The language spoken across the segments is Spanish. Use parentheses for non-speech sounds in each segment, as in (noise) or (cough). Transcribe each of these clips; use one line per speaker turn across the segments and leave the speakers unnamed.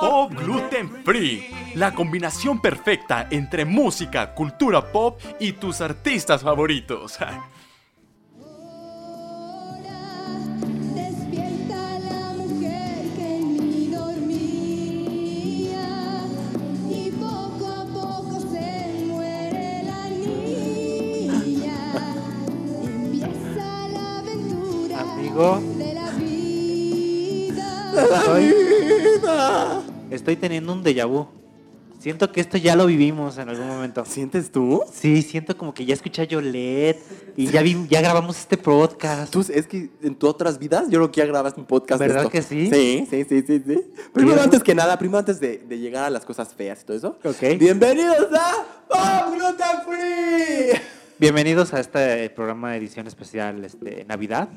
Pop Gluten Free, la combinación perfecta entre música, cultura pop y tus artistas favoritos. (laughs)
Ahora despierta la mujer que en mí dormía y poco a poco se muere la niña. Empieza la aventura
Amigo.
de la vida.
Estoy, estoy teniendo un déjà vu. Siento que esto ya lo vivimos en algún momento.
¿Sientes tú?
Sí, siento como que ya escuché a Yolette y ya, vi- ya grabamos este podcast.
Tú, Pues es que en tus otras vidas yo creo que ya grabaste un podcast. de
¿Verdad
esto.
que sí?
Sí, sí, sí, sí. sí. Primero,
Bien.
antes que nada, primero antes de, de llegar a las cosas feas y todo eso.
Ok.
Bienvenidos a Pop Gluten Free.
Bienvenidos a este programa de edición especial este, Navidad.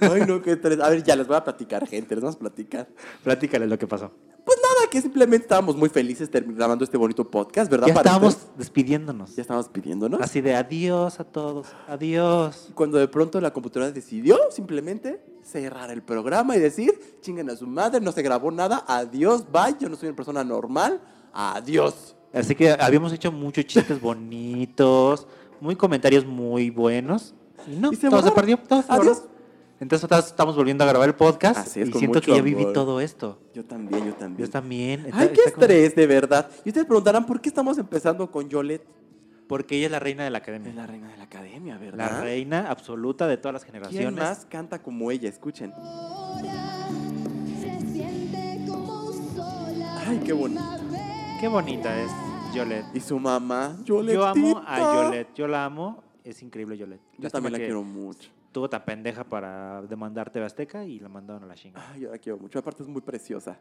Ay, no, qué estrés. A ver, ya les voy a platicar, gente, les vamos a platicar.
Platícales lo que pasó.
Pues nada, que simplemente estábamos muy felices termi- grabando este bonito podcast, ¿verdad?
Ya
Para
estábamos
ustedes?
despidiéndonos.
ya estábamos pidiéndonos.
Así de adiós a todos. Adiós.
Cuando de pronto la computadora decidió simplemente cerrar el programa y decir, chingan a su madre, no se grabó nada, adiós, bye, yo no soy una persona normal, adiós.
Así que habíamos hecho muchos chistes bonitos, muy comentarios muy buenos. Y no,
Y se
todo se
borraron.
perdió. todo se borró.
Adiós.
Entonces otra vez estamos volviendo a grabar el podcast
Así es,
y
con
siento que
mucho
ya viví
amor.
todo esto.
Yo también, yo también.
Yo también.
Ay,
Está-
qué
está como-
estrés, de verdad. Y ustedes preguntarán, ¿por qué estamos empezando con Yolette?
Porque ella es la reina de la academia.
Es la reina de la academia, ¿verdad?
La reina absoluta de todas las
¿Quién
generaciones.
más canta como ella? Escuchen.
Ahora se siente como un sol.
Ay, qué bonito.
Qué bonita es Yolette.
Y su mamá,
Yo amo a
Yoletita.
Yolette. Yo la amo. Es increíble Yolette.
Yo
Lástima
también la
que
quiero mucho.
Estuvo tan pendeja para demandar TV Azteca y la mandaron a la chinga.
Ay, yo la quiero mucho. Aparte es muy preciosa.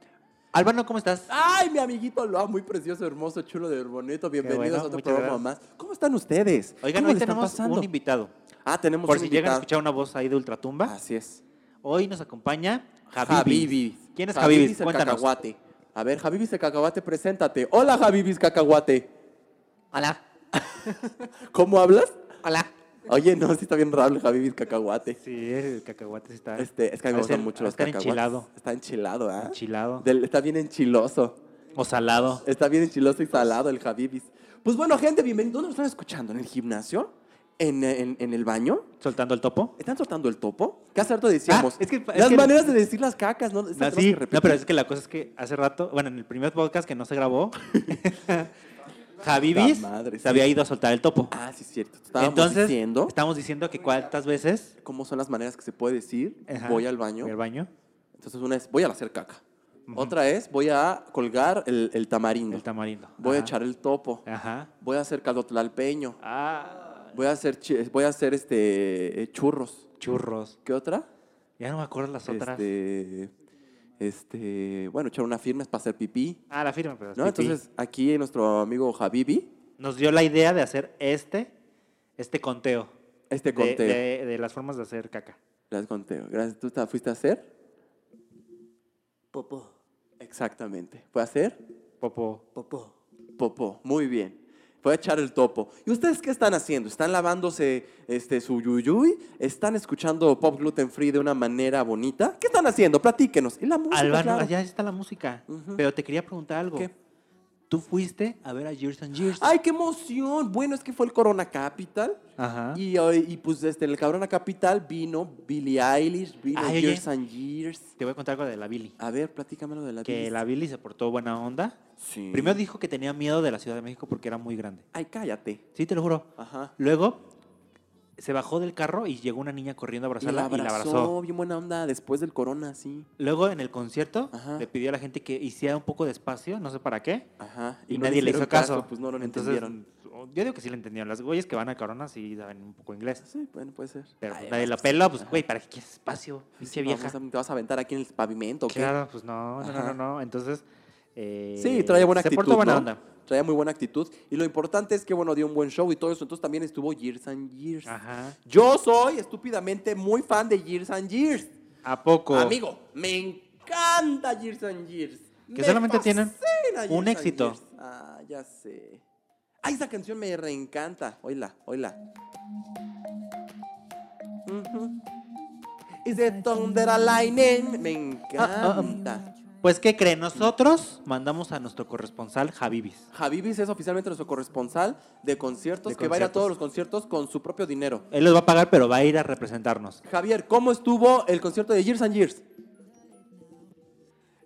Albano, ¿cómo estás?
Ay, mi amiguito Loa, muy precioso, hermoso, chulo de bonito. Bienvenidos
bueno,
a otro
muchas
programa más. ¿Cómo están ustedes?
Oigan,
¿Cómo
hoy
le están
tenemos
pasando?
un invitado.
Ah, tenemos
Por
un
si llegan a
invitado. Ah,
escuchar una voz ahí de Ultratumba,
Así es.
hoy nos acompaña Javibi.
Javibis.
¿Quién es
Javibis
Javibi?
el
Cuéntanos.
cacahuate. A ver, Javibis el cacahuate, preséntate. Hola, Javibis cacahuate.
Hola,
¿Cómo hablas?
hola.
Oye, no, sí está bien raro el Javibis cacahuate.
Sí, el cacahuate sí está
Este, es que a mí
Ha de
me gustan
ser-
mucho
ha de
los
estar
cacahuates.
enchilado.
Está enchilado, ¿ah?
enchilado
Del- está bien enchiloso.
o salado.
Está bien enchiloso y salado el Javibis. Pues bueno, gente, bienvenidos. ¿Dónde nos están escuchando? ¿En el gimnasio? ¿En, en, en el baño?
Soltando el topo.
¿Están soltando el topo? Que hace rato decíamos.
Ah, es que- es
las
que-
maneras de decir las cacas, ¿no? Esas
No,
tenemos
sí,
que repetir.
no, pero es que la cosa es que hace rato, bueno, en el primer podcast que no se
(laughs)
grabó, Javibis
La madre, sí.
se había ido a soltar el topo.
Ah, sí, es cierto. Estábamos
Entonces,
diciendo
estamos diciendo que cuántas veces
cómo son las maneras que se puede decir
Ajá,
voy al baño.
voy al baño,
Entonces, una es voy a hacer caca. Otra es voy a colgar el, el tamarindo.
el tamarindo.
voy a
Ajá.
echar el topo.
Ajá.
Voy a hacer caldo tlalpeño.
Ah,
Voy a hacer, chi- voy a hacer este, eh, churros.
churros.
¿Qué otra?
Ya no me acuerdo las otras.
Este, este, bueno, echar una firma es para hacer pipí.
Ah, la firma, pero
¿no?
pipí.
Entonces, aquí nuestro amigo Javibi,
nos dio la idea de hacer este, este conteo.
este
de-
conteo.
De, de las formas de hacer caca.
Gracias, conteo. Gracias. ¿Tú te fuiste a hacer?
Popó,
Exactamente. ¿Fue a hacer?
Popo.
popó.
Popó. Muy bien. Fue a echar el topo. ¿Y ustedes qué están haciendo? ¿Están lavándose este, su yuyuy? ¿Están escuchando pop gluten free de una manera bonita? ¿Qué están haciendo? Platíquenos. ¿Y la música?
Albano,
claro.
allá está la música.
Ujú.
Pero te quería preguntar algo.
¿Qué?
Tú fuiste a ver a Years and Years.
¡Ay, qué emoción! Bueno, es que fue el Corona Capital.
Ajá.
Y, hoy- y, pues desde el Corona Capital vino Billie Eilish, vino
Ay, oye.
Years and Years.
Te voy a contar algo de la Billy.
A ver, platícamelo de la
Que
Billie.
la Billy se portó buena onda.
Sí.
Primero dijo que tenía miedo de la Ciudad de México porque era muy grande.
Ay, cállate.
Sí, te lo juro.
Ajá.
Luego se bajó del carro y llegó una niña corriendo a
Y la
abrazarla
abrazó,
y la abrazó.
bien buena onda, después del Corona, sí.
Luego en el concierto
Ajá.
le pidió a la gente que hiciera un poco de espacio, no sé para qué.
Ajá.
Y,
no
nadie le
hicieron
hizo caso.
Pues no lo
Entonces, mm,
entendieron.
Yo digo que sí lo entendieron. Las güeyes que van a Corona sí saben un poco inglés.
Sí, bueno, puede ser.
Pero pues,
Ay,
nadie lo
vas-
peló, pues güey, ¿para qué quieres espacio?
sí,
Pinche
vamos
vieja.
a- ¿Te vas a aventar aquí en el pavimento o qué?
Claro, pues no, no, no, no,
Ajá.
no. Entonces eh,
Sí, traía buena
se
actitud.
portó buena
¿no?
onda.
Traía muy buena actitud. Y lo importante es que, bueno, dio un buen show y todo eso. Entonces también estuvo Years and Years.
Ajá.
Yo soy estúpidamente muy fan de Years and Years.
¿A poco?
Amigo, me encanta Years and Years.
Que
Me
solamente tienen
fascina
un
Years and
éxito.
Years. Ah, ya sé. Ah, esa canción me reencanta. Oíla, oíla. Ujú. Is it thunder lightning? Me
Ah, ah,
encanta.
Pues, ¿qué creen? Nosotros mandamos a nuestro corresponsal, Javibis.
Javibis es oficialmente nuestro corresponsal de conciertos,
De
que va a ir a
conciertos.
todos los conciertos con su propio dinero.
Él los va a pagar, pero va a ir a representarnos.
Javier, ¿cómo estuvo el concierto de Years and Years?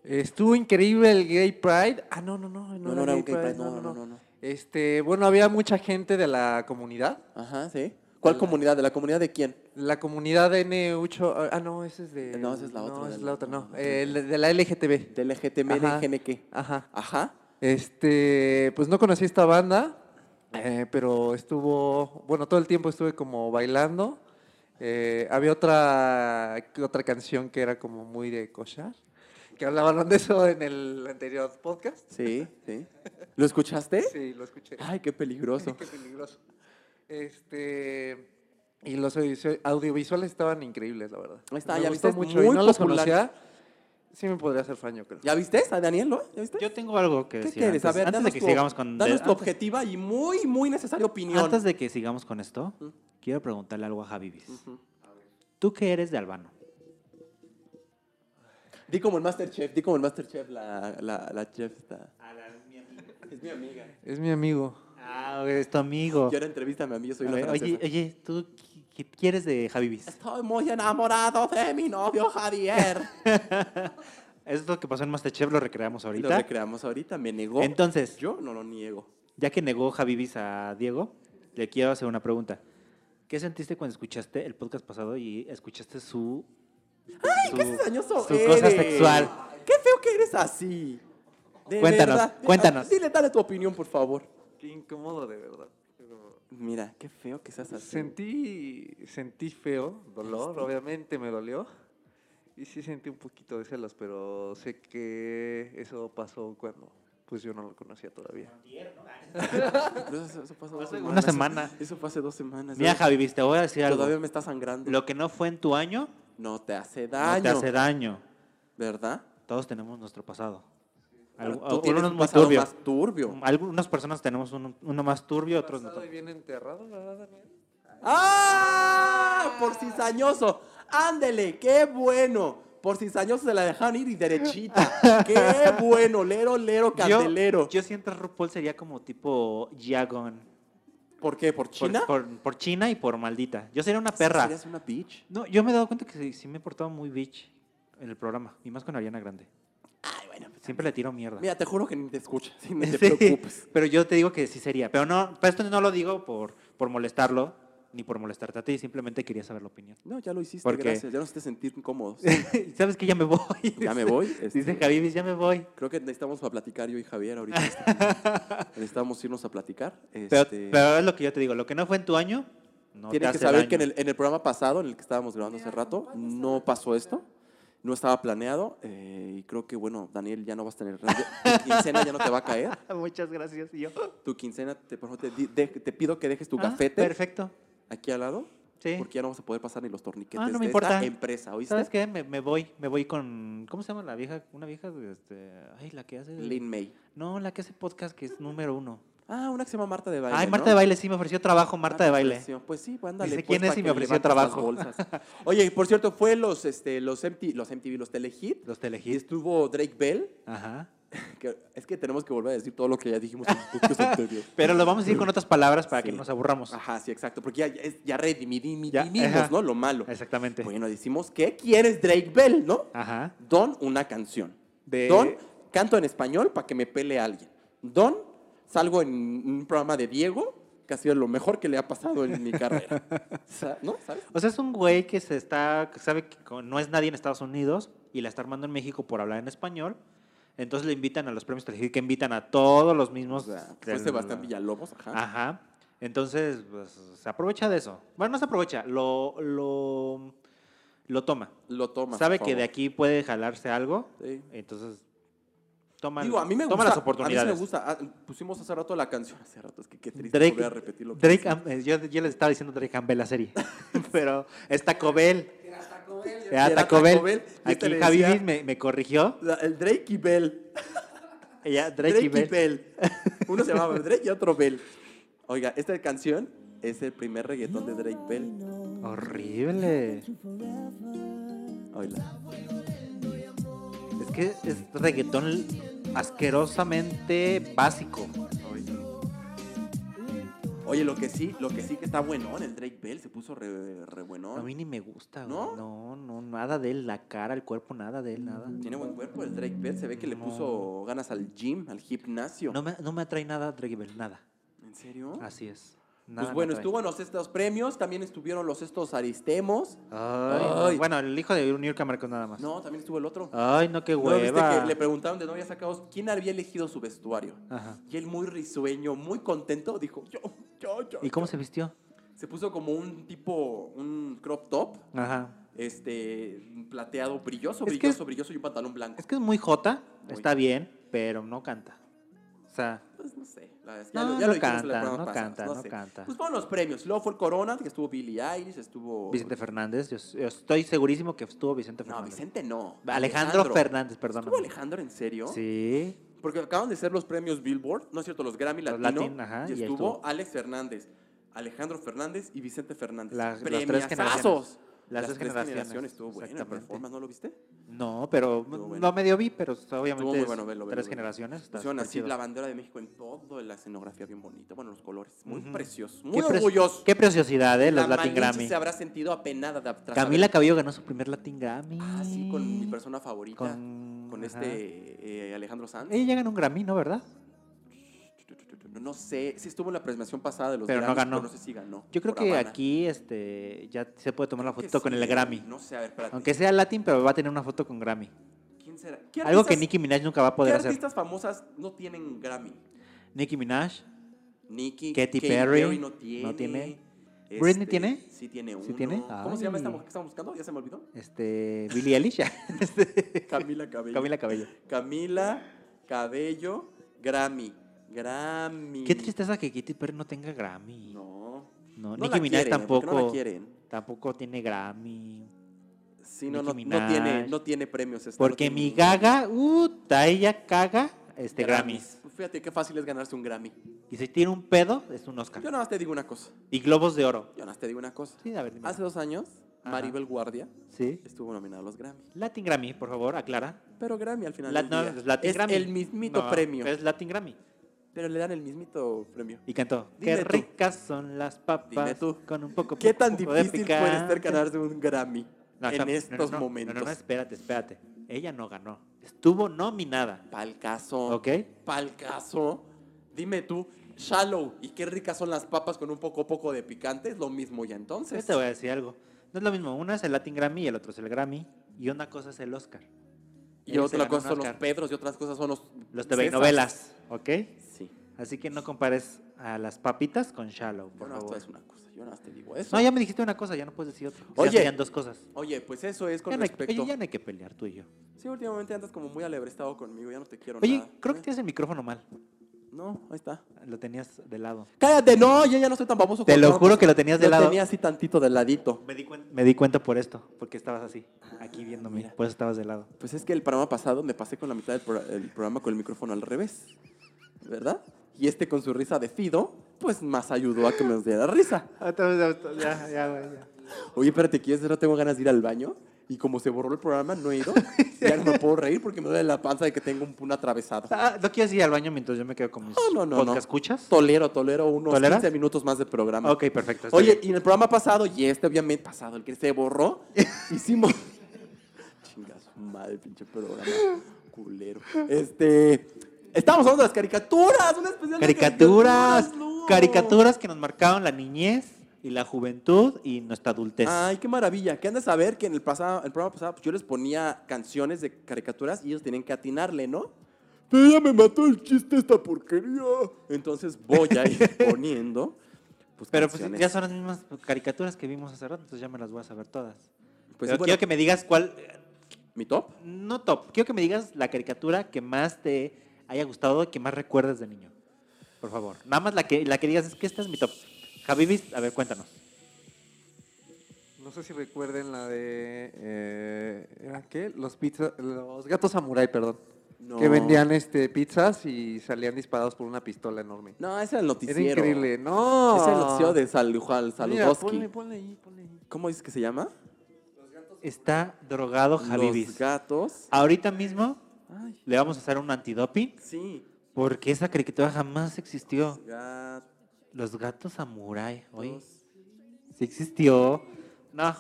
Estuvo increíble el Gay Pride. Ah, no, no, no. No,
no era
Gay
un Gay Pride,
No,
no,
no,
no,
no,
no, no.
Este, bueno, había mucha gente de la comunidad.
Ajá, sí. ¿Cuál
La-
comunidad? ¿De la comunidad de quién?
La comunidad N8. Ah, no, esa es de.
No, esa es la otra,
No,
de
esa es
la-
la otra, no.
otra.
Eh, la- de la LGTB.
Del LGTB,
Ajá.
de GNQ.
Ajá.
Ajá.
Este, pues no conocí esta banda, eh, pero estuvo, bueno, todo el tiempo estuve como bailando. Eh, había otra, otra canción que era como muy de cochar, que hablaban de eso en el anterior podcast.
Sí,
(laughs)
sí. ¿Lo escuchaste?
Sí, lo escuché.
Ay, qué peligroso.
Qué peligroso. Este, y los audiovisual- audiovisuales estaban increíbles, la verdad.
Ahí está,
Me
ya
gustó
viste, es
mucho. y
muy
no los
popular.
conocía. Sí me podría hacer fan, yo creo.
¿Ya viste a Daniel? ¿Lo? ¿Ya viste?
Yo tengo algo que
¿Qué
decir. Antes,
quieres? a ver,
antes de
danos
que
tu-
sigamos con.
danos tu
antes-
objetiva y muy, muy necesaria opinión.
Antes de que sigamos con esto, quiero preguntarle algo a Javibis. ¿Tú qué eres de Albano?
Di como el Masterchef, di como el Masterchef, la, la, la chef está. Es mi amiga.
Es mi amigo.
Ah, eres tu amigo.
Y ahora entrevístame a mí, yo soy
A
una
ver,
francesa.
oye, eh. oye, ¿tú qué- qué quieres de Javibis?
Estoy muy enamorado de mi novio Javier.
Es lo que pasó en Masterchef, lo recreamos ahorita.
Lo recreamos ahorita, me negó.
Entonces,
yo no lo niego.
ya que negó Javibis a Diego, le quiero hacer una pregunta. ¿Qué sentiste cuando escuchaste el podcast pasado y escuchaste su. ¡Ay,
¡Qué dañoso
Su cosa sexual.
¡Qué feo que eres así! De
Cuéntanos,
verdad.
cuéntanos.
Dile, dale tu opinión, por favor.
Qué incómodo, de verdad. Pero
Mira, qué feo que seas así. Este.
Sentí, sentí feo, dolor, obviamente me dolió. Y sí sentí un poquito de celos, pero sé que eso pasó cuando pues yo no lo conocía todavía.
Pero eso, eso pasó dos
una
semanas.
semana.
Eso fue hace dos semanas.
Mira, Javibis, te voy a decir algo.
Todavía me está sangrando.
Lo que no fue en tu año,
No te hace
no
daño.
te hace daño.
¿Verdad?
Todos tenemos nuestro pasado. Algu-
Tú tienes
algunos
un
muy
pasado
turbio.
más turbio.
Algunas personas tenemos un- uno más turbio, otros no.
Estoy bien enterrado, ¿verdad, Daniel?
¡Ah! Por cizañoso. Ándele, qué bueno. Por cizañoso se la dejaron ir
(laughs)
y derechita. ¡Qué bueno! Lero, lero, candelero.
Yo, yo siento que RuPaul sería como tipo Yagon.
¿Por qué? ¿Por China?
Por, por China y por maldita. Yo sería una perra.
¿Serías una bitch?
No, yo me he dado cuenta que sí, sí me he portado muy bitch en el programa. Y más con Ariana Grande.
Ay, bueno. pues,
Siempre le tiro mierda.
Mira, te juro que ni te escuchas. (laughs) Ni te
(laughs) Sí,
preocupes.
Pero yo te digo que sí sería. Pero no, pero esto no lo digo por, por molestarlo, ni por molestarte a ti. Simplemente quería saber la opinión. (laughs)
No, ya lo hiciste,
¿Por qué?
gracias. Ya no te sentir incómodos.
¿Sabes que Ya me voy.
ya
(laughs)
me (laughs) voy. este,
Dice Javi, ya me voy.
Creo que necesitamos a platicar yo y Javier ahorita. (laughs) necesitamos irnos a platicar.
Pero,
este,
pero es lo que yo te digo, lo que no fue en tu año, no te
Tienen
hace
que saber
daño.
que en el, en el programa pasado, en el que estábamos grabando hace rato, no pasó esto. No estaba planeado. eh, y creo que, bueno, Daniel, ya no vas a tener. (laughs) Tu quincena ya no te va a caer.
Ah, Muchas gracias, y yo.
Tu quincena, te, por favor, te, di- de- te pido que dejes tu
Ah,
cafete
Perfecto.
aquí al lado.
Sí.
Porque ya no vamos a poder pasar ni los torniquetes
Ah, no me
de
importa.
esta empresa, ¿oíste?
¿Sabes qué? Me, me voy, me voy con. ¿Cómo se llama la vieja? Una vieja de este. Ay, la que hace.
Lin May.
No, la que hace podcast que es número uno.
Ah, una que se llama Marta de Baile.
Ay, Marta
¿no? Ah,
de baile, sí, me ofreció trabajo, Marta de baile.
ofreció. Pues sí, pues ándale.
Dice,
pues,
"¿Quién es?"
para
y me
que
ofreció
levantes las
trabajo.
bolsas. Oye, y por cierto, fue los, este, los, MTV, los MTV, los Telehit.
Los
Y
telehits.
estuvo Drake Bell.
Ajá.
que- es que tenemos que volver a decir todo lo que ya dijimos en el
(laughs)
podcast anterior.
Pero lo vamos a decir con otras palabras para que
Sí. Ah,
no nos aburramos.
Ajá, sí, exacto. Porque ya, ya, es- ya redimidimos,
Ya, ajá.
¿no? Lo malo.
Exactamente.
Bueno, decimos, ¿qué quieres Drake Bell, no?
Ajá.
Don, una canción.
De-
Don, canto en español para que me pele alguien. Don, salgo en un programa de Diego, que ha sido lo mejor que le ha pasado en
(laughs)
mi carrera. Sa- ¿No? ¿Sabes?
O sea, es un güey que se está, que sabe que co- no es nadie en Estados Unidos y la está armando en México por hablar en español. Entonces le invitan a los premios Telehit, que invitan a todos los
O
mismos.
sea, fue
del- Ah.
Sebastián Villalobos, ajá.
Ajá. Entonces, pues, se aprovecha de eso. Bueno, no se aprovecha, lo, lo, lo toma.
Lo toma.
sabe
por
que de
favor.
aquí puede jalarse algo.
Sí.
Entonces, Toma,
Digo, a mí me
toma
gusta.
las
A mí
oportunidades.
sí me gusta. Ah, pusimos hace rato la canción. Hace rato, es que qué triste.
Drake,
Voy a repetir lo que
Drake Am- eh, yo, yo les estaba diciendo Drake Campbell la
(laughs)
serie, (laughs) pero es Taco Bell. Era
Era
Taco
Taco
Bell.
Bell, yo te
Aquí
le
Javi
decía-
Bis me, me corrigió.
La- el Drake y Bell.
Ella, Drake,
Drake,
y Bell. (laughs)
Uno se llamaba Drake y otro Bell. Oiga, esta canción es el primer reggaetón de Drake Bell.
Horrible.
Oiga.
Es que es reggaetón asquerosamente básico.
Oye, lo que sí, lo que sí que está bueno, el Drake Bell se puso re, re
A mí
buenón.
ni me gusta, güey.
¿No? Mm,
No, no, nada de él, la cara, el cuerpo, nada de él, nada.
Tiene buen cuerpo el Drake Bell, se ve que le
No.
puso ganas al gym, al gimnasio.
No me, no me atrae nada Drake Bell, nada.
¿En serio?
Así es. Nada
Pues
me
bueno,
atrae.
estuvo en los estos premios, también estuvieron los estos Aristemos.
Ay, no.
Ay.
Bueno, el hijo de New Marcos nada más.
No, también estuvo el otro.
Ay, no, qué
¿No viste
Ah, hueva. Ah.
que le preguntaron de novia sacados quién había elegido su vestuario.
Ajá.
Y él muy risueño, muy contento, dijo, yo, yo, yo.
¿Y cómo
yo".
se vistió?
Se puso como un tipo, un crop top,
Ajá.
este, plateado, brilloso,
Es que
brilloso,
es-
brilloso y un pantalón blanco.
Es que es muy jota,
Muy.
está bien, pero no canta. O sea,
Pues no sé, la verdad es que
No,
lo-
no
dijimos en el
canta,
programa
no
pasado,
canta, no canta.
Pues fueron los premios. Luego fue el Corona, que estuvo Billie Eilish, estuvo...
Vicente Fernández, yo, yo estoy segurísimo que estuvo Vicente
No,
Fernández.
Vicente no.
Alejandro, Fernández, perdón.
¿Estuvo Alejandro en serio?
Sí.
Porque acaban de ser los premios Billboard, ¿no es cierto? Los Grammy
Los
Latino.
Latin, ajá,
y
y ahí
estuvo
estuvo.
Alex Fernández, Alejandro Fernández y Vicente Fernández.
La- las tres
¡Premiazazos!
generaciones. Las
Las
tres
tres
generaciones,
generaciones. Estuvo bueno el
exactamente.
performance, ¿no lo viste?
No, pero
Estuvo bueno.
no medio vi, pero
Estuvo
obviamente
muy
es
bueno verlo. verlo,
tres
verlo.
generaciones. está
Pusieron
súper
así
chido.
la bandera de México en toda la escenografía bien bonita. Bueno, los colores. Muy
Ujú.
preciosos.
Qué
Muy
pre-
orgullosos.
Qué preciosidad, ¿eh? Los
La
Latin
Malinche
Grammy.
se habrá sentido apenada de atrás.
Camila Cabello ganó su primer Latin Grammy.
Ah, sí, con mi persona favorita. Con,
Con, ajá.
este eh, Alejandro Sanz.
Ella ganó un Grammy, ¿no, verdad?
No sé, sí estuvo en la presentación pasada de los
Pero no
Grammys,
ganó.
no sé si ganó.
Yo creo
por
que
Habana.
aquí este, ya se puede tomar la
Creo que
foto con
sí,
el
eh,
Grammy.
No sé, a ver, espérate.
Aunque sea Latin, pero va a tener una foto con Grammy.
¿Quién será? ¿Qué
Algo que
artistas-
Nicki Minaj nunca va a poder
¿Qué
hacer.
artistas famosas no tienen Grammy?
Nicki Minaj,
Nicki,
Katy
Katy
Perry,
no tiene.
no tiene.
Este,
¿Britney tiene?
Sí tiene uno.
¿Sí tiene?
¿Cómo se llama esta
Ay.
mujer que estamos buscando? ¿Ya se me olvidó?
este, Billie Eilish, (laughs) este,
Camila Cabello.
Camila Cabello.
Camila Cabello, Grammy. Grammy.
Qué tristeza que Katy Perry no tenga Grammy. No,
No. No
Nicki
la
Minaj
quieren,
tampoco.
porque No la quieren.
Tampoco tiene Grammy.
Sí, no, no,
Nicki
no tiene,
Minaj.
no tiene premios. esta, no
Porque
tiene
mi
ningún-
Gaga, uh, ella caga este Grammys.
Fíjate qué fácil es ganarse un Grammy.
Y si tiene un pedo, es un
Yo
Oscar.
nada más te digo una cosa.
Y Globos de Oro.
Yo nada más te digo una cosa.
Sí, a ver, dime.
Hace dos años,
Ajá.
Maribel Guardia
Sí.
estuvo nominada a los Grammy.
Latin Grammy, por favor, aclara.
Pero Grammy al final
La-
del
no,
día
es Latin
es
Grammy.
el mismito
No,
premio.
Es Latin Grammy.
Pero le dan el mismito premio.
Y cantó.
Dime
Qué
tú.
ricas son las
Dime
papas.
tú.
Con un poco
¿Qué
poco,
tan
poco de
difícil puede ser
picante".
ganarse un Grammy
No,
en
espérame, no,
estos
no, no,
momentos?
No, no, espérate, espérate. Ella no ganó. Estuvo nominada.
Pal caso.
¿Ok?
Pal caso. Dime tú, Shallow, ¿y qué ricas son las papas con un poco poco de picante? Es lo mismo ya
Yo
entonces.
te voy a decir algo. No es lo mismo. Una es el Latin Grammy y el otro es el Grammy. Y una cosa es el Oscar.
Y
Ella se
otra
ganó
cosa
un
son los
Oscar.
Pedros y otras cosas son los...
Los
Césars.
telenovelas. ¿Ok?
Sí.
Así que no compares a las papitas con Shallow,
Yo
por
no, pues,
favor.
esto es una cosa. Yo nada más te digo eso.
No, ya me dijiste una cosa, ya no puedes decir otra.
Oye.
Oye. Ya serían dos cosas.
Oye, pues eso es con
Ya no, hay,
respecto...
oye, ya no hay que pelear tú y yo.
Sí, últimamente andas como muy alebrestado conmigo, ya no te quiero
Oye,
nada.
creo que tienes el micrófono mal.
No, ahí está.
Lo tenías de lado.
¡Cállate! ¡No! Yo ya no soy tan famoso
Te
como
lo
tú,
juro
pues,
que lo tenías de lado.
tenía así tantito de ladito.
Me di, cuen- me di cuenta por esto, porque estabas así, aquí viéndome.
mira.
Por eso estabas de lado.
Pues es que el programa pasado me pasé con la mitad del pro- el programa con el micrófono al revés, ¿verdad? Y este con su risa de Fido, pues más ayudó a que me diera risa.
Otra vez, ya, ya, ya.
Oye, espérate, que yo ahora tengo ganas de ir al baño y como se borró el programa,
(laughs)
no he ido. ya no me puedo reír porque me duele la panza de que tengo un, una atravesada.
Ah, ¿No quieres ir al baño mientras yo me quedo con mis
No, no, no,
podcast
no.
escuchas?
Tolero, tolero unos
¿Toleras?
15 minutos más de programa.
Ok, perfecto. está
Oye,
bien.
y en el programa pasado, y este obviamente pasado, el que se borró, hicimos. (laughs) Chingas, madre, pinche programa culero. Este. Estamos hablando de las caricaturas, una especial de
caricaturas,
Lugo.
caricaturas que nos marcaron la niñez y la juventud y nuestra adultez.
Ay, qué maravilla. ¿Qué han de saber que en el, pasado, el programa pasado pues, yo les ponía canciones de caricaturas y ellos tenían que atinarle, ¿no? Pero ya me mató el chiste esta porquería. Entonces voy a ir poniendo. pues,
Pero pues
canciones.
ya son las mismas caricaturas que vimos hace rato, entonces ya me las voy a saber todas.
Pues,
Pero
bueno,
quiero que me digas cuál.
¿Mi top?
No top. Quiero que me digas la caricatura que más te haya gustado, que más recuerdas de niño. Por favor. Nada más la que, la que digas es que esta es mi top. Javibis, a ver, cuéntanos.
No sé si recuerden la de. eh, ¿Eran qué? Los, pizza, los gatos samurai, perdón.
No.
Que vendían este, pizzas y salían disparados por una pistola enorme.
No, ese era el
Era
noticiero.
increíble. No.
Ese era el noticiero de Salujal,
Mira,
Saludoski.
ponle, ponle ahí, ponle ahí.
¿Cómo dice que se llama?
Está drogado
Los
Javibis.
gatos.
Ahorita mismo
Ay,
le vamos a hacer un antidoping
sí.
porque esa caricatura jamás existió.
Gatos.
Los gatos samurai, hoy sí existió. No,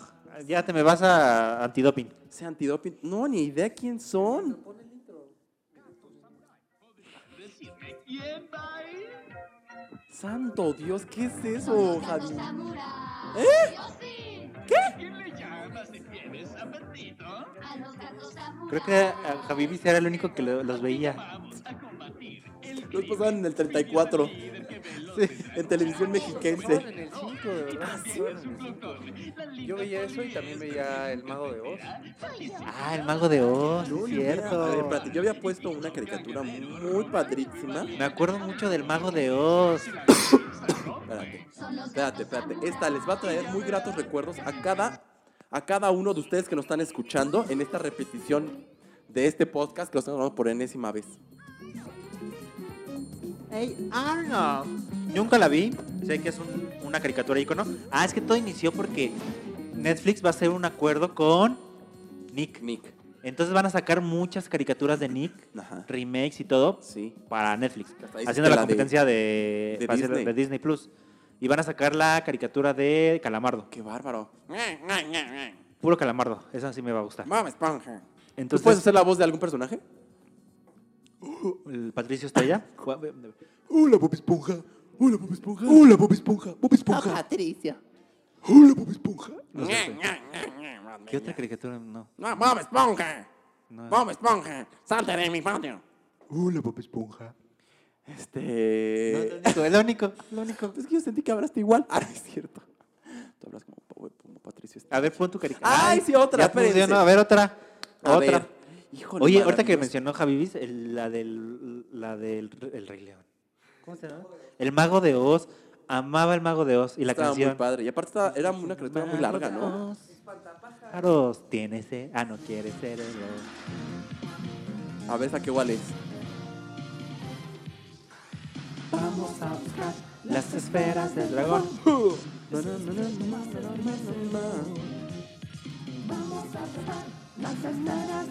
ya te me vas a antidoping.
Ese antidoping. No, ni idea quién son. Santo Dios, ¿qué es eso, Javi?
Creo que a Javibis era el único que lo- los veía.
Los pasaban en el 34. En televisión mexiquense.
el 5, de verdad. Yo veía eso y también veía El Mago de Oz.
Ah, el mago de Oz, es
A ver,
cierto.
espérate, yo había puesto una caricatura muy padrísima.
Me acuerdo mucho del mago de Oz.
Espérate, espérate, espérate. Esta les va a traer muy gratos recuerdos a cada, a cada uno de ustedes que nos están escuchando en esta repetición de este podcast que lo estamos grabando por enésima vez.
Hey, Arnold. Nunca la vi. Sé que es un- una caricatura ícono. Ah, es que todo inició porque Netflix va a hacer un acuerdo con Nick.
Nick.
Entonces van a sacar muchas caricaturas de Nick,
Ajá.
remakes y todo,
Sí.
para Netflix.
Hasta ahí
Haciendo
está
la
la de-
competencia de,
de
para hacer-
Disney.
de Disney Plus. Y van a sacar la caricatura de Calamardo.
Qué bárbaro.
Puro Calamardo. Esa sí me va a gustar.
Mama Esponja. ¿Tú
Entonces,
puedes hacer la voz de algún personaje?
el Patricio
(laughs)
Estrella.
Hola, Bob Esponja. Hola, Bob Esponja. Hola, Bob Esponja. Bob Esponja. Hola, Bob Esponja.
¿Qué otra caricatura? No.
No, Bob Esponja.
no.
Bob Esponja. Salte de mi patio.
Hola, Bob Esponja.
No,
Este.
es lo único, es lo único, lo único.
Es que yo sentí que hablaste igual. Ah, no es cierto. Tú hablas como, Pau- como Patricio.
A ver, pon tu caricatura.
Ay, sí, otra,
Ya puse,
espérense.
no, a ver, otra.
A
otra.
ver. Híjole,
Oye, ahorita que
maravilloso.
mencionó Javibis, el- la del, la del el Rey León. ¿Cómo se llama? El Mago de Oz. Amaba el Mago de Oz y la
estaba
canción.
muy padre. Y aparte estaba- era una criatura muy larga, ¿no?
Caros, tiene sed. Ah, no quiere ser el oso.
A ver, ¿a qué igual es?
Vamos a buscar las esferas del dragón.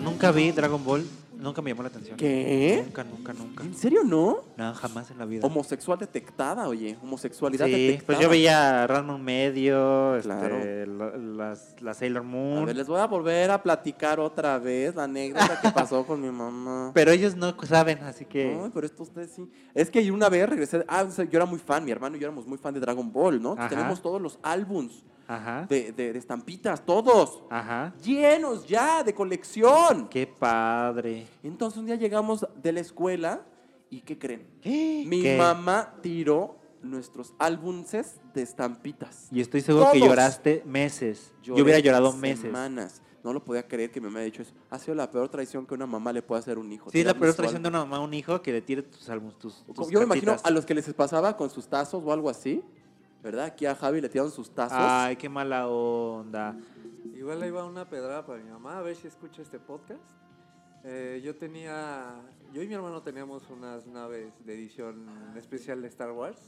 Nunca vi Dragon Ball. Nunca me llamó la atención.
¿Qué?
Nunca, nunca, nunca.
¿En serio no?
No, jamás en la vida.
Homosexual detectada, oye. Homosexualidad
Sí,
detectada.
pues yo veía Ranma medio, este,
Claro.
la- las, la Sailor
A
Moon.
ver, les voy a volver a platicar otra vez la anécdota que pasó con mi
(laughs)
mamá.
Pero ellos no saben, así que.
Ay, pero esto ustedes sí. Es que yo una vez regresé. Ah, o sea, yo era muy fan, mi hermano y yo éramos muy fan de Dragon Ball, ¿no?
Ajá.
Tenemos todos los álbums
Ajá.
de, de- de estampitas, todos.
Ajá.
Llenos ya de colección.
Qué padre.
Entonces un día llegamos de la escuela y ¿qué creen? Mi
¿Qué?
mamá tiró nuestros álbumes de estampitas.
Y estoy seguro que
Todos.
lloraste meses.
Lloré
yo hubiera llorado meses.
Semanas. No lo podía creer que mi mamá haya dicho eso. Ha sido la peor traición que una mamá le puede hacer a un hijo.
Sí, es la
tirarle
peor
su
traición de
álbum.
una mamá a un hijo que le tire tus álbumes, tus, tus
Como- Yo me imagino
cartitas.
a los que les pasaba con sus tazos o algo así. ¿Verdad? Aquí a Javi le tiraron sus tazos.
Ay, qué mala onda.
Igual le iba una pedrada para mi mamá, a ver si escucha este podcast. Eh, yo tenía, yo y mi hermano teníamos unas naves de edición especial de Star Wars.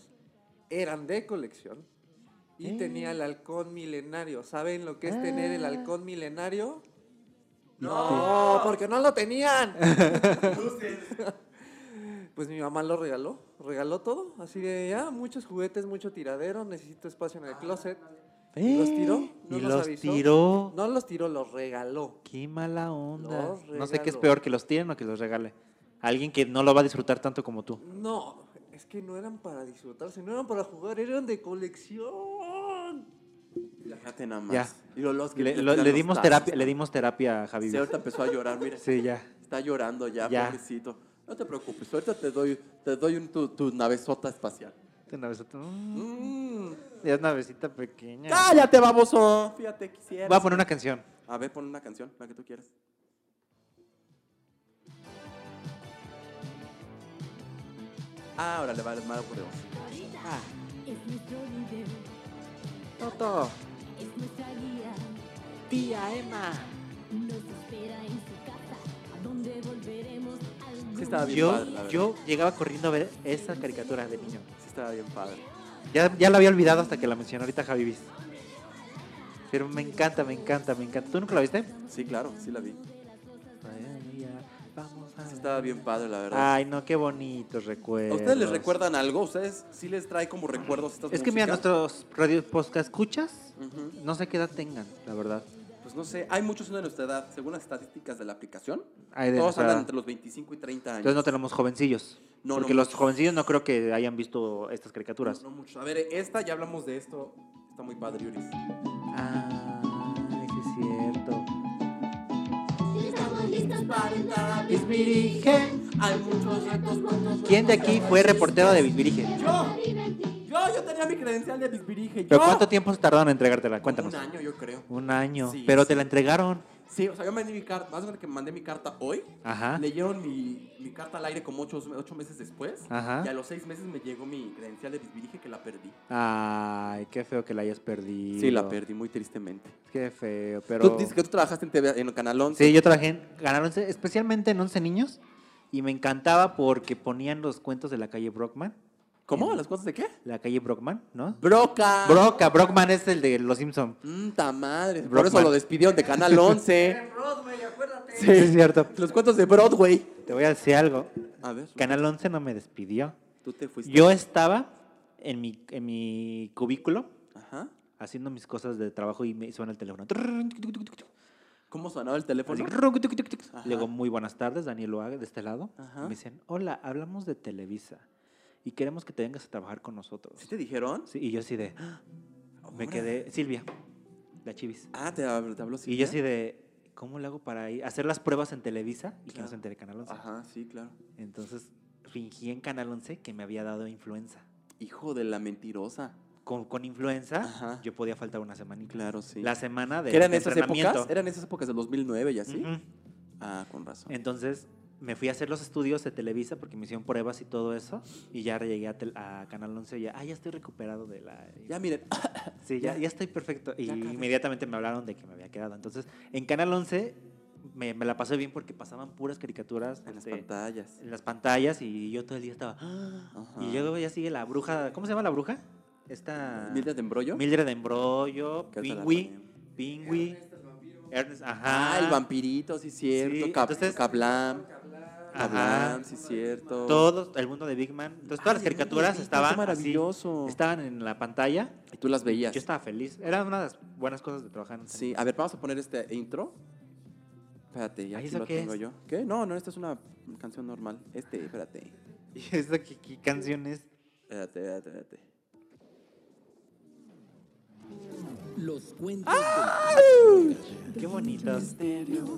Eran de colección.
Eh.
Y tenía el halcón milenario. ¿Saben lo que es tener
Ah.
el halcón milenario? No, porque no lo tenían. (laughs) Pues mi mamá lo regaló, regaló todo, así de ya, muchos juguetes, mucho tiradero, necesito espacio en el closet. Y los tiró, no
Ah, Eh, y
nos
los
avisó.
tiró.
No los tiró, los regaló.
Qué mala onda.
Los
No sé qué es
regalo.
peor, que los tiren o que los regale. Alguien que no lo va a disfrutar tanto como tú.
No, es que no eran para disfrutarse, no eran para jugar, eran de colección.
Fíjate nada más.
Ya.
Y los- los que
Le, lo-
tiran
le
los
dimos
tazos.
terapia, le dimos terapia a Javi.
Sí, ahorita empezó a llorar, mira.
Sí, ya.
Está llorando ya,
Ya.
pobrecito. No te preocupes, ahorita te doy, te doy un- tu, tu navezota espacial.
Una besota. Mm,
Mm.
Ya es una besita pequeña.
¡Cállate, baboso! Fíjate, quisiera.
Voy a poner una canción.
A ver, pon una canción, la que tú quieras. Ah, órale, vale, malo por Dios.
Ah,
Es nuestro líder,
Toto,
es nuestra guía.
tía Emma.
Nos espera en su casa, a donde volveremos al
Sí estaba bien
Yo,
padre, la verdad.
yo llegaba corriendo a ver esa caricatura de niño.
Sí estaba bien padre.
Ya, ya la había olvidado hasta que la mencionó ahorita Javi Viz. Pero me encanta, me encanta, me encanta. ¿Tú nunca la viste?
Sí, claro, sí la vi.
Ay, ya, vamos a
Sí
ver.
estaba bien padre, la verdad.
Ay, no, qué bonitos recuerdos.
¿A ustedes les recuerdan algo? ¿Ustedes sí les trae como recuerdos estas
Es que mira,
músicas?
nuestros radio podcast escuchas,
Ujú.
no sé qué edad tengan, la verdad.
Pues no sé, hay muchos de nuestra edad, según las estadísticas de la aplicación.
Hay de
todos
nuestra
andan
edad.
entre los 25 y 30 años.
Entonces no tenemos jovencillos.
No,
porque
no.
los jovencillos no creo que hayan visto estas caricaturas.
No, no muchos. A ver, esta, ya hablamos de esto. Está muy padre, Yuris.
Ah, sí es cierto.
Estamos listos para entrar a
Hay muchos retos.
¿Quién de aquí fue reportero de Bisbirige?
Yo, yo, yo tenía mi credencial de bisbirige.
¿Pero
yo.
cuánto tiempo se tardaron en entregártela? Cuéntanos.
Un año, yo creo.
Un año.
Sí,
pero
sí.
te la entregaron.
Sí, o sea, yo mandé mi carta, más o menos que mandé mi carta hoy.
Ajá.
Leyeron mi, mi carta al aire como ocho, ocho meses después.
Ajá.
Y a los seis meses me llegó mi credencial de bisbirige que la perdí.
Ay, qué feo que la hayas perdido.
muy tristemente.
Qué feo, pero...
Tú dices que tú trabajaste en, TV, en Canal 11.
Sí, yo trabajé en Canal 11, especialmente en 11 niños. Y me encantaba porque ponían los cuentos de la calle Brockman.
¿Cómo? ¿Las cosas de qué?
La calle Brockman, ¿no?
Broca.
Broca, Brockman es el de Los Simpson.
Mta madre. Por
Brockman.
eso lo despidieron de
(laughs)
Canal 11.
Sí, es cierto.
Los cuentos de Broadway.
Te voy a decir algo.
A ver.
Canal 11 no me despidió.
Tú te fuiste.
Yo estaba en mi, en mi cubículo
Ajá.
haciendo mis cosas de trabajo y me suena el teléfono.
¿Cómo sonaba el teléfono? Ajá.
Luego, muy buenas tardes, Daniel Loaga, de este lado.
Ajá.
Y Me dicen, hola, hablamos de Televisa y queremos que te vengas a trabajar con nosotros.
¿Sí te dijeron?
Sí, y yo así de, "Ah". me
Ahora.
quedé, Silvia, la chivis.
Ah, te, hab- te habló
Y yo
Silvia?
así de, ¿cómo le hago para ir? Hacer las pruebas en Televisa y que
Claro.
no se entere Canal 11.
Ajá, sí, claro.
Entonces, fingí en Canal 11 que me había dado influenza.
Hijo de la mentirosa.
Con, con influenza,
Ajá.
yo podía faltar una semanita.
Claro, sí.
La semana de
¿Que eran
de
esas
entrenamiento.
épocas? ¿Eran esas épocas del 2009 y así?
Ujú.
Ah, con razón.
Entonces me fui a hacer los estudios de Televisa porque me hicieron pruebas y todo eso. Y ya llegué a, tel- a Canal 11 y ya, ah, ya estoy recuperado de la.
Ya miren,
sí, ya,
ya.
ya estoy perfecto. Y
Ya acabé.
inmediatamente me hablaron de que me había quedado. Entonces en Canal 11 me, me la pasé bien porque pasaban puras caricaturas
en (laughs) las
este,
pantallas.
en las pantallas y yo todo el día estaba. "Ah".
Ajá.
Y luego ya sigue la bruja. ¿Cómo se llama la bruja? Esta.
¿Mildred Ah. de embrollo?
Mildred de Embrollo,
Que ahorita la
Pingüi,
ponemos.
Pingüi, Ernest, ajá.
Ah, el vampirito, sí, cierto.
Sí,
Cap-
entonces-
Caplan.
Ajá.
Caplan, sí, cierto.
Todos, el mundo de Big Man. Entonces, todas las
Ay, el mundo de Ah, Big
caricaturas
Man,
estaban.
qué maravilloso.
así, estaban en la pantalla.
Y tú las veías.
Yo estaba feliz. Era una de las buenas cosas de trabajar en el
Sí, a ver, vamos a poner este intro. Espérate, ya
Ay,
aquí
¿eso
lo
qué
tengo
es?
yo. ¿Qué? No, no, esta es una canción normal. Este, espérate.
cine. (laughs) Y eso que, que canciones.
Espérate, espérate, espérate.
Los cuentos
Qué bonitas.
Misterios,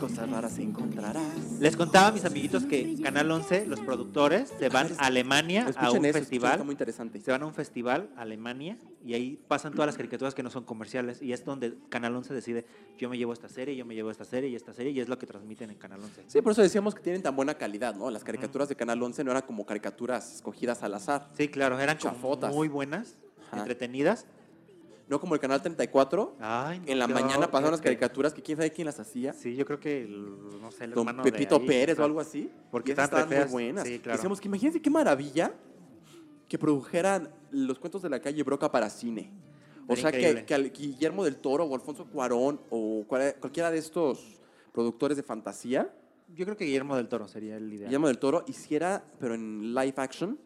cosas raras encontrarás.
Les contaba a mis amiguitos que Canal 11, los productores, se van a Alemania a
Escuchen
un
eso, escuchen,
festival.
está muy interesante.
Se van a un festival a Alemania y ahí pasan todas las caricaturas que no son comerciales. Y es donde Canal 11 decide: Yo me llevo esta serie, yo me llevo esta serie y esta serie. Y es lo que transmiten en Canal 11.
Sí, por eso decíamos que tienen tan buena calidad, ¿no? Las caricaturas de Canal 11 no eran como caricaturas escogidas al azar.
Sí, claro, eran como
Chafotas.
muy buenas,
Ajá.
entretenidas.
No como el Canal 34.
Ay,
En la
yo-
mañana pasaban las
este,
caricaturas que quién sabe quién las hacía.
Sí, yo creo que, el- no sé, el
Don
hermano de
Pepito
ahí,
Pérez o
ajá.
algo así.
Porque
y esas
estaban
estaban
re
muy
feas.
buenas.
Sí, claro.
Decíamos que imagínense qué maravilla que produjeran los cuentos de la calle Broca para cine. O
Sería
sea, que,
increíble.
que al- Guillermo del Toro o Alfonso Cuarón o cual- cualquiera de estos productores de fantasía,
Yo creo que Guillermo del Toro sería el ideal.
Guillermo del Toro hiciera, pero en live action,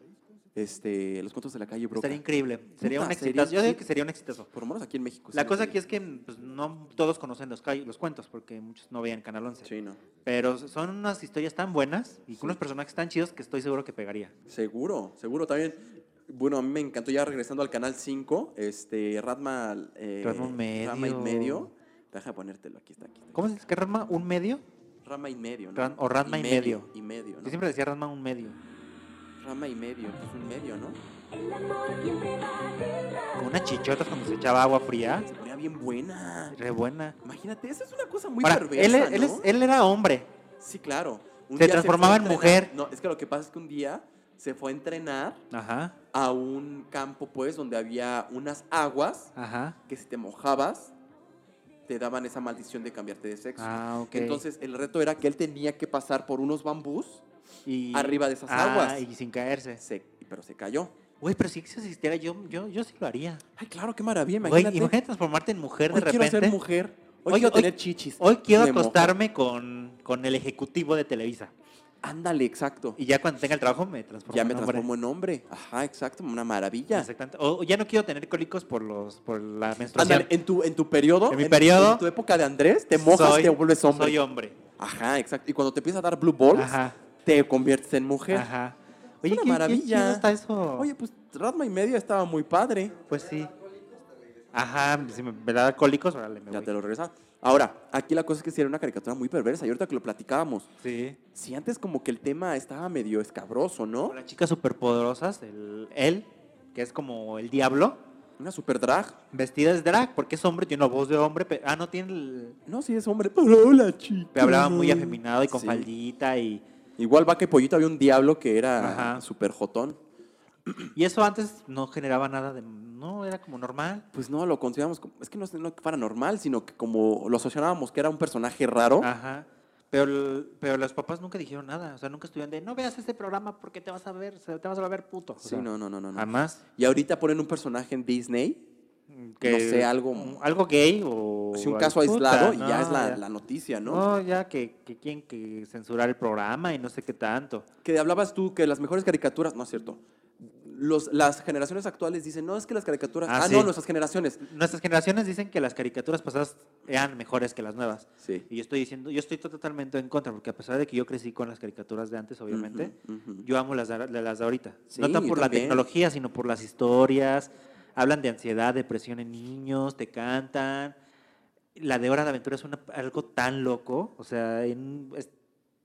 este, los cuentos de la calle Broca.
Estaría increíble. Sería
Puta,
un
sería-
exitazo. Yo digo
sí.
que sería un exitazo.
Por lo menos aquí en México.
La cosa aquí es que pues, no todos conocen los, ca- los cuentos, porque muchos no veían Canal 11.
Sí, no.
Pero son unas historias tan buenas y con unos personajes tan chidos que estoy seguro que pegaría.
Seguro, seguro también. Bueno, a mí me encantó ya regresando al canal 5, este Ratma, eh,
Ratma y medio.
Rama y medio. Deja de ponértelo, aquí está, aquí está.
¿Cómo se dice? ¿Qué Ranma? ¿Un medio?
Rama y medio, ¿no?
Ran- o Ratma y medio.
Y medio, ¿no?
Yo siempre decía Ranma un medio.
Rama y medio, pues un medio, ¿no?
Con unas chichotas cuando se echaba agua fría.
Se ponía bien buena.
Re buena.
Imagínate, esa es una cosa muy
Ahora,
perversa,
él, él
¿no?
es- él era hombre.
Sí, claro. Un
Se
día
transformaba
fue a
en
entrenar-
mujer.
No, es que lo que pasa es que un día se fue a entrenar
Ajá,
a un campo, pues, donde había unas aguas
ajá.
que si te mojabas, te daban esa maldición de cambiarte de sexo.
Ah, ok.
Entonces, el reto era que él tenía que pasar por unos bambús,
y...
arriba de esas
Ah,
aguas.
y sin caerse.
se- pero se cayó.
Güey, pero si eso existiera, yo, yo, yo sí lo haría.
Ay, claro, qué maravilla,
Güey,
imagínate.
imagínate transformarte en mujer
hoy
de repente.
quiero ser mujer. Hoy,
Hoy-
quiero
hoy-
tener chichis.
Hoy quiero
Me mojo.
acostarme con, con el ejecutivo de Televisa.
Ándale, exacto.
Y ya cuando tenga el trabajo me transformo
ya
en
me
hombre.
transformo en hombre. Ajá, exacto, una maravilla.
Exactamente. O o ya no quiero tener cólicos por los por la menstruación.
Ándale, en tu, en tu periodo.
En mi periodo.
En tu época de Andrés, te mojas,
Soy-
te vuelves hombre.
Soy hombre.
Ajá, exacto. Y cuando te empieza a dar blue balls,
Ajá.
te conviertes en mujer.
Ajá.
Es
Oye,
una
qué- qué
maravilla.
chido está eso?
Oye, pues Ratma y media estaba muy padre.
pues sí. Ajá, si me, me da cólicos, órale, me
Ya
voy.
te lo regresaba. Ahora, aquí la cosa es que sí era una caricatura muy perversa. Y ahorita que lo platicábamos,
Sí.
si antes como que el tema estaba medio escabroso, ¿no?
Con las chicas superpoderosas, el él, que es como el diablo,
Una super drag.
vestida es drag, porque es hombre, tiene una voz de hombre, pero ah, no tiene el-
No, sí es hombre. Pero hola, chica.
pero hablaba muy afeminado y con
Sí.
faldita y
Igual va que Pollito había un diablo que era
Ajá.
súper jotón.
y eso antes no generaba nada de no, era como normal.
Pues no, lo consideramos como, es que no es no paranormal, sino que como lo asociábamos que era un personaje raro.
Ajá. Pero, el- pero los papás nunca dijeron nada, o sea, nunca estuvieron de no veas este programa porque te vas a ver, se- te vas a ver puto. O
sí,
sea,
no, no, no, no. no.
Jamás.
Y ahorita ponen un personaje en Disney,
que-
no sé, algo,
un- algo gay o
si un caso
puta,
aislado, y
no,
ya es la,
ya. Ah.
la noticia, ¿no?
No, ya que, que quieren que censurar el programa y no sé qué tanto.
Que hablabas tú que las mejores caricaturas, no es cierto. Los, las generaciones actuales dicen, no, es que las caricaturas. Ah,
Ah, sí.
no, nuestras generaciones.
Nuestras generaciones dicen que las caricaturas pasadas eran mejores que las nuevas.
Sí.
Y yo estoy diciendo, yo estoy totalmente en contra, porque a pesar de que yo crecí con las caricaturas de antes, obviamente,
Ujú, ujú.
yo amo las de, ahora- de las de ahorita.
Sí,
no tan
yo
por la
también.
tecnología, sino por las historias. Hablan de ansiedad, depresión en niños, te cantan. La de Hora de Aventura es una- algo tan loco, o sea, en- es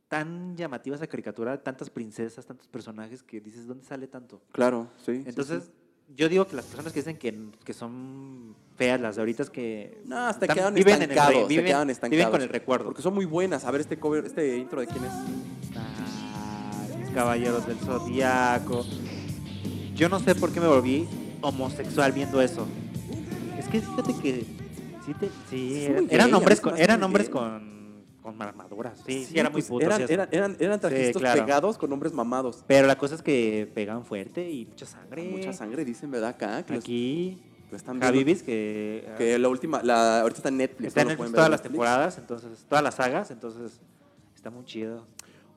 tan llamativa esa caricatura, tantas princesas, tantos personajes que dices, ¿dónde sale tanto?
Claro, sí. sí,
Entonces,
sí.
yo digo que las personas que dicen que, que son feas las de ahorita es que.
No, se
están-
quedaron
viven en el re-
estancados.
viven,
se quedaron estancados.
viven con el recuerdo.
Porque son muy buenas. A ver este cover, este intro de quién es.
Ay, mis caballeros del zodiaco. Yo no sé por qué me volví homosexual viendo eso. Es que fíjate que. Sí, te- sí,
Es
eran,
muy gay,
eran
a mí
hombres,
se me
con,
hace
eran
muy
hombres
gay.
con, con armaduras. Sí, sí, era muy
pues,
puto.
Eran,
sí, eso.
eran, eran, eran trajecitos
claro.
pegados con hombres mamados.
Pero la cosa es que pegan fuerte y mucha sangre.
Mucha sangre, dicen, ¿verdad? Acá. Que los-
Aquí.
lo están viendo.
Javibis que. eh,
Que la última, la, ahorita está en Netflix.
Está en
¿no? Lo
Netflix
pueden ver
todas
en
las
Netflix.
temporadas, entonces, todas las sagas, entonces está muy chido.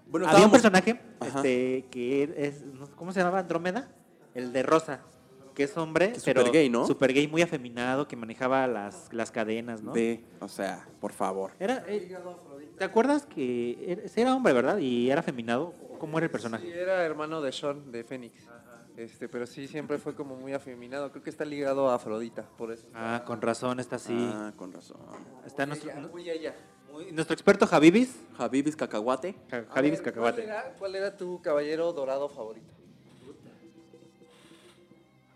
Bueno,
Había un
estábamos-
personaje
Ajá.
este, que es, no sé, ¿cómo se llamaba? Andrómeda, el de Rosa, que es hombre,
Que es
pero
supergay, ¿no?
super gay, muy afeminado, que manejaba las, las cadenas, ¿no?
Ve, o sea, por favor.
Era, eh, ¿Te acuerdas que era, era hombre, verdad? Y era afeminado. ¿Cómo era el
Sí,
personaje?
era hermano de Sean, de Fénix. Este, pero sí, siempre fue como muy afeminado. Creo que está ligado a Afrodita, por eso.
Ah, con razón, está así.
Ah, con razón.
está nuestro,
Ella, muy ella.
muy- nuestro experto Javibis.
Javibis Cacahuate.
Ja-
A
Javibis
ver,
Cacahuate.
¿cuál era, cuál era tu caballero dorado favorito?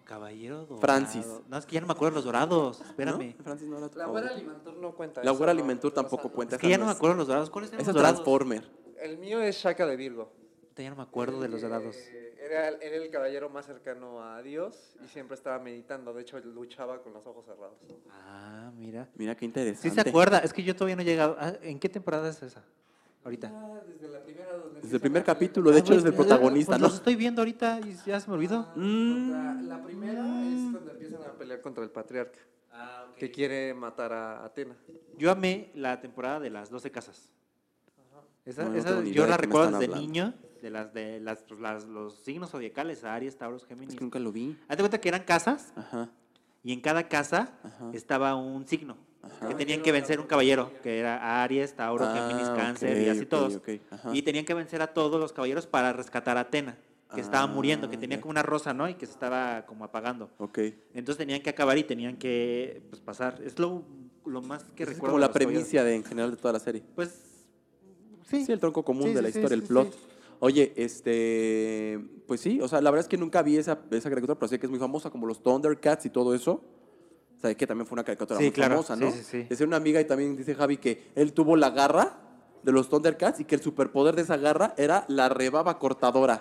Caballero dorado.
Francis.
No, es que ya no me acuerdo los dorados. Espérame.
¿No? Francis no era tu
La güera
favorito.
alimentor no cuenta.
La
esa
güera
no-
alimentor
no pasa
tampoco
nada.
cuenta.
Es que ya
esa
no me
es.
acuerdo los dorados. ¿Cuáles eran
Esa
los
es
dorados?
Transformer.
El mío es Shaka de Virgo.
Ya no me acuerdo de los dorados.
Eh, Era, era el caballero más cercano a Dios y siempre estaba meditando. De hecho, luchaba con los ojos cerrados.
Ah, mira.
Mira qué
Sí
interesante.
se acuerda, es que yo todavía no he llegado. Ah, ¿En qué temporada es esa? Ahorita.
Desde la primera.
Desde el primer capítulo, de hecho, es el protagonista,
Pues
¿no? Mm.
Los estoy viendo ahorita y ya se me olvidó.
la primera es cuando empiezan a pelear contra el patriarca.
Ah,
Que quiere matar a Atena.
Yo amé la temporada de las 12 casas. Esa,
No, no
esa
tengo ni idea
yo
de
la
qué me
recuerdo
están
desde
hablando.
niño, de las de las, pues, las- los signos zodiacales, Aries, Tauros,
Es
Géminis.
que nunca lo vi.
Hazte cuenta que eran casas
Ajá.
y en cada casa
Ajá.
estaba un signo
Ajá.
que tenían que vencer un caballero, que era Aries, Tauro,
Ah,
Géminis, Cáncer
ok,
y así
ok,
todos.
ok, ajá.
Y tenían que vencer a todos los caballeros para rescatar a Atena, que
Ah,
estaba muriendo, que tenía
ya.
como una rosa, ¿no? Y que se estaba como apagando.
Ok.
Entonces tenían que acabar y tenían que pues, pasar. Es lo, lo más que
Esa es
recuerdo.
como
de
la
los caballeros.
premisa de, en general de toda la serie.
Pues sí. (laughs)
Sí, el tronco común
Sí,
de
sí,
la
sí,
historia, el
sí,
plot.
sí.
Oye, este. Pues sí, o sea, la verdad es que nunca vi esa, esa caricatura, pero sé que es muy famosa, como los Thundercats y todo eso. O sea, que también fue una caricatura
Sí,
muy
claro.
famosa,
Sí,
¿no?
sí, sí.
Decía una amiga y también dice Javi que él tuvo la garra de los Thundercats y que el superpoder de esa garra era la rebaba cortadora.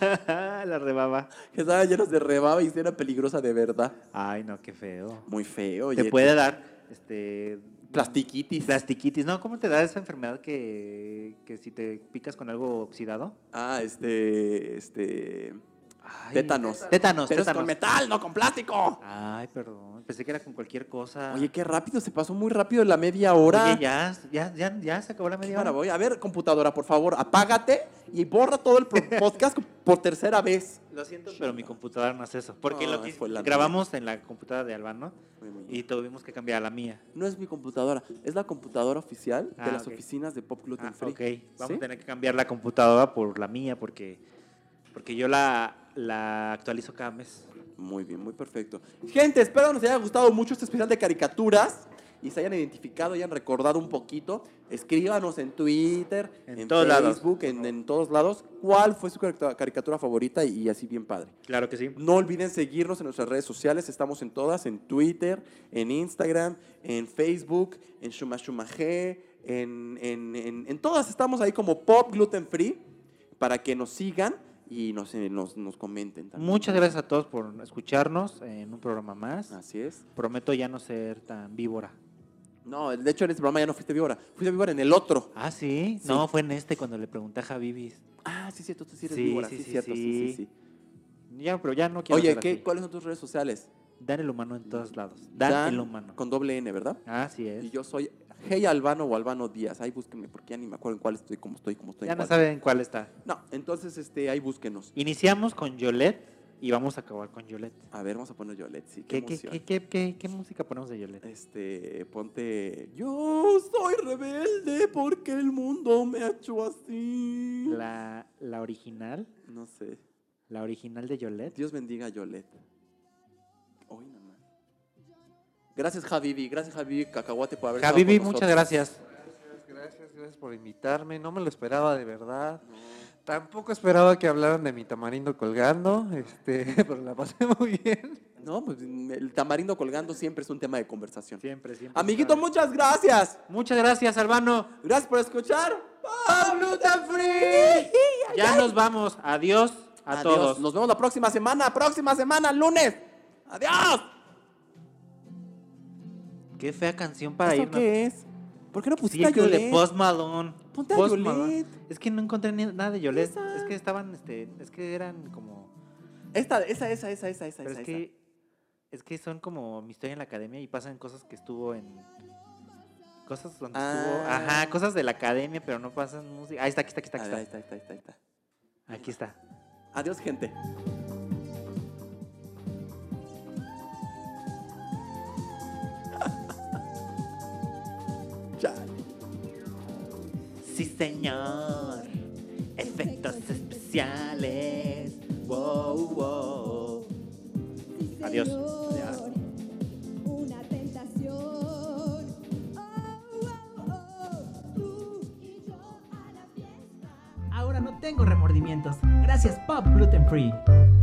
la rebaba.
Que estaban llenos de rebaba y sí era peligrosa de verdad.
Ay, no, qué feo.
Muy feo.
Te
oye. pues,
puede dar este
Plastiquitis.
plastiquitis. No, ¿cómo te da esa enfermedad que, que si te picas con algo oxidado?
Ah, este. Este.
Ay,
Tétanos.
Tétanos,
Pero es
tétanos.
con metal, no con plástico.
Ay, perdón. Pensé que era con cualquier cosa.
Oye, qué rápido, se pasó muy rápido la media hora.
Oye, ya, ya, ya, ya se acabó la media
Ahora
hora.
voy. A ver, computadora, por favor, apágate y borra todo el
(laughs)
pro- podcast por tercera vez.
Lo siento, pero mi computadora no hace eso. Porque
No,
lo que
fue la
grabamos en la computadora de Albano y tuvimos que cambiar a la mía.
No es mi computadora, es la computadora oficial de
Ah,
las
ok.
oficinas de Pop Gluten
Ah,
Free.
ok, vamos
¿Sí?
a tener que cambiar la computadora por la mía porque, porque yo la, la actualizo cada mes.
Muy bien, muy perfecto. Gente, espero nos haya gustado mucho este especial de caricaturas y se hayan identificado, hayan recordado un poquito. Escríbanos en Twitter, en,
En todos lados.
Facebook, en, en todos lados, cuál fue su carica- caricatura favorita y así bien padre.
Claro que sí.
No olviden seguirnos en nuestras redes sociales, estamos en todas, en Twitter, en Instagram, en Facebook, en Shuma Shuma G, en, en- en- en todas estamos ahí como Pop Gluten Free para que nos sigan y nos, eh, nos, nos comenten también.
Muchas gracias a todos por escucharnos en un programa más.
Así es.
Prometo ya no ser tan víbora.
No, de hecho en este programa ya no fuiste víbora, fuiste víbora en el otro.
Ah, ¿sí?
Sí.
No, fue en este cuando le pregunté a Javibis.
Ah, sí, cierto, tú sí eres
Sí,
víbora,
sí,
sí,
sí,
cierto, sí, sí,
sí.
sí.
Ya, pero ya no quiero
Oye,
ser
¿qué,
así.
¿cuáles son tus redes sociales?
Dan el humano en todos lados. Dan, el humano.
Con doble N, ¿verdad?
Así
Y
es.
yo soy Hey Albano o Albano Díaz. Ahí búsquenme porque ya ni me acuerdo en cuál estoy, cómo estoy, cómo estoy.
Ya
en
no
cuál.
saben cuál está.
No, entonces este, ahí búsquenos.
Iniciamos con Yolette y vamos a acabar con Yolette.
A ver, vamos a poner Yolette, sí, qué,
¿Qué, qué,
emoción.
qué, qué, qué- qué música ponemos de Yolette?
Este, ponte. Yo soy rebelde porque el mundo me ha hecho así.
La, la original,
No sé.
la original de Yolette.
Dios bendiga a Yolette. Hoy nada más. Gracias, Javivi. Gracias, Javivi Cacahuate, por haber estado
Javibi,
con
muchas
nosotros.
gracias.
Gracias, gracias por invitarme. No me lo esperaba de verdad. Tampoco esperaba que hablaran de mi tamarindo colgando, este, (laughs) pero la pasé muy bien.
No, pues el tamarindo colgando siempre es un tema de conversación.
Siempre, siempre.
Amiguito, muchas gracias.
Muchas gracias, Albano.
Gracias por escuchar. ¡Pablo Free!
Ya nos vamos. Adiós a
Adiós.
todos.
Nos vemos la próxima semana, próxima semana, lunes. Adiós.
Qué fea canción para irnos.
qué es? ¿Por qué no
Sí, es
pusiste
que
a
de Post Malone.
Ponte a
Post
Yolette.
Malone. Es que no encontré ni- nada de Yolette.
Esa.
Es que estaban, este, es que eran como.
Esta, esa, esa, esa, esa, esa,
Pero
esa.
es que, es que son como mi historia en la academia y pasan cosas que estuvo en. Cosas donde estuvo.
Ah.
Ajá, cosas de la academia, pero no pasan música. Ahí está, aquí está, aquí está,
esa.
aquí
A
está.
ver, ahí está, ahí está, ahí está, ahí está.
Aquí está.
Adiós, gente. (laughs) Chale.
Sí, señor. Efectos especiales. Wow, wow.
Sí,
Adiós.
señor. Una tentación. Oh, oh, oh. Tú y yo a la fiesta.
Ahora no tengo remordimientos. Gracias, Pop Gluten Free.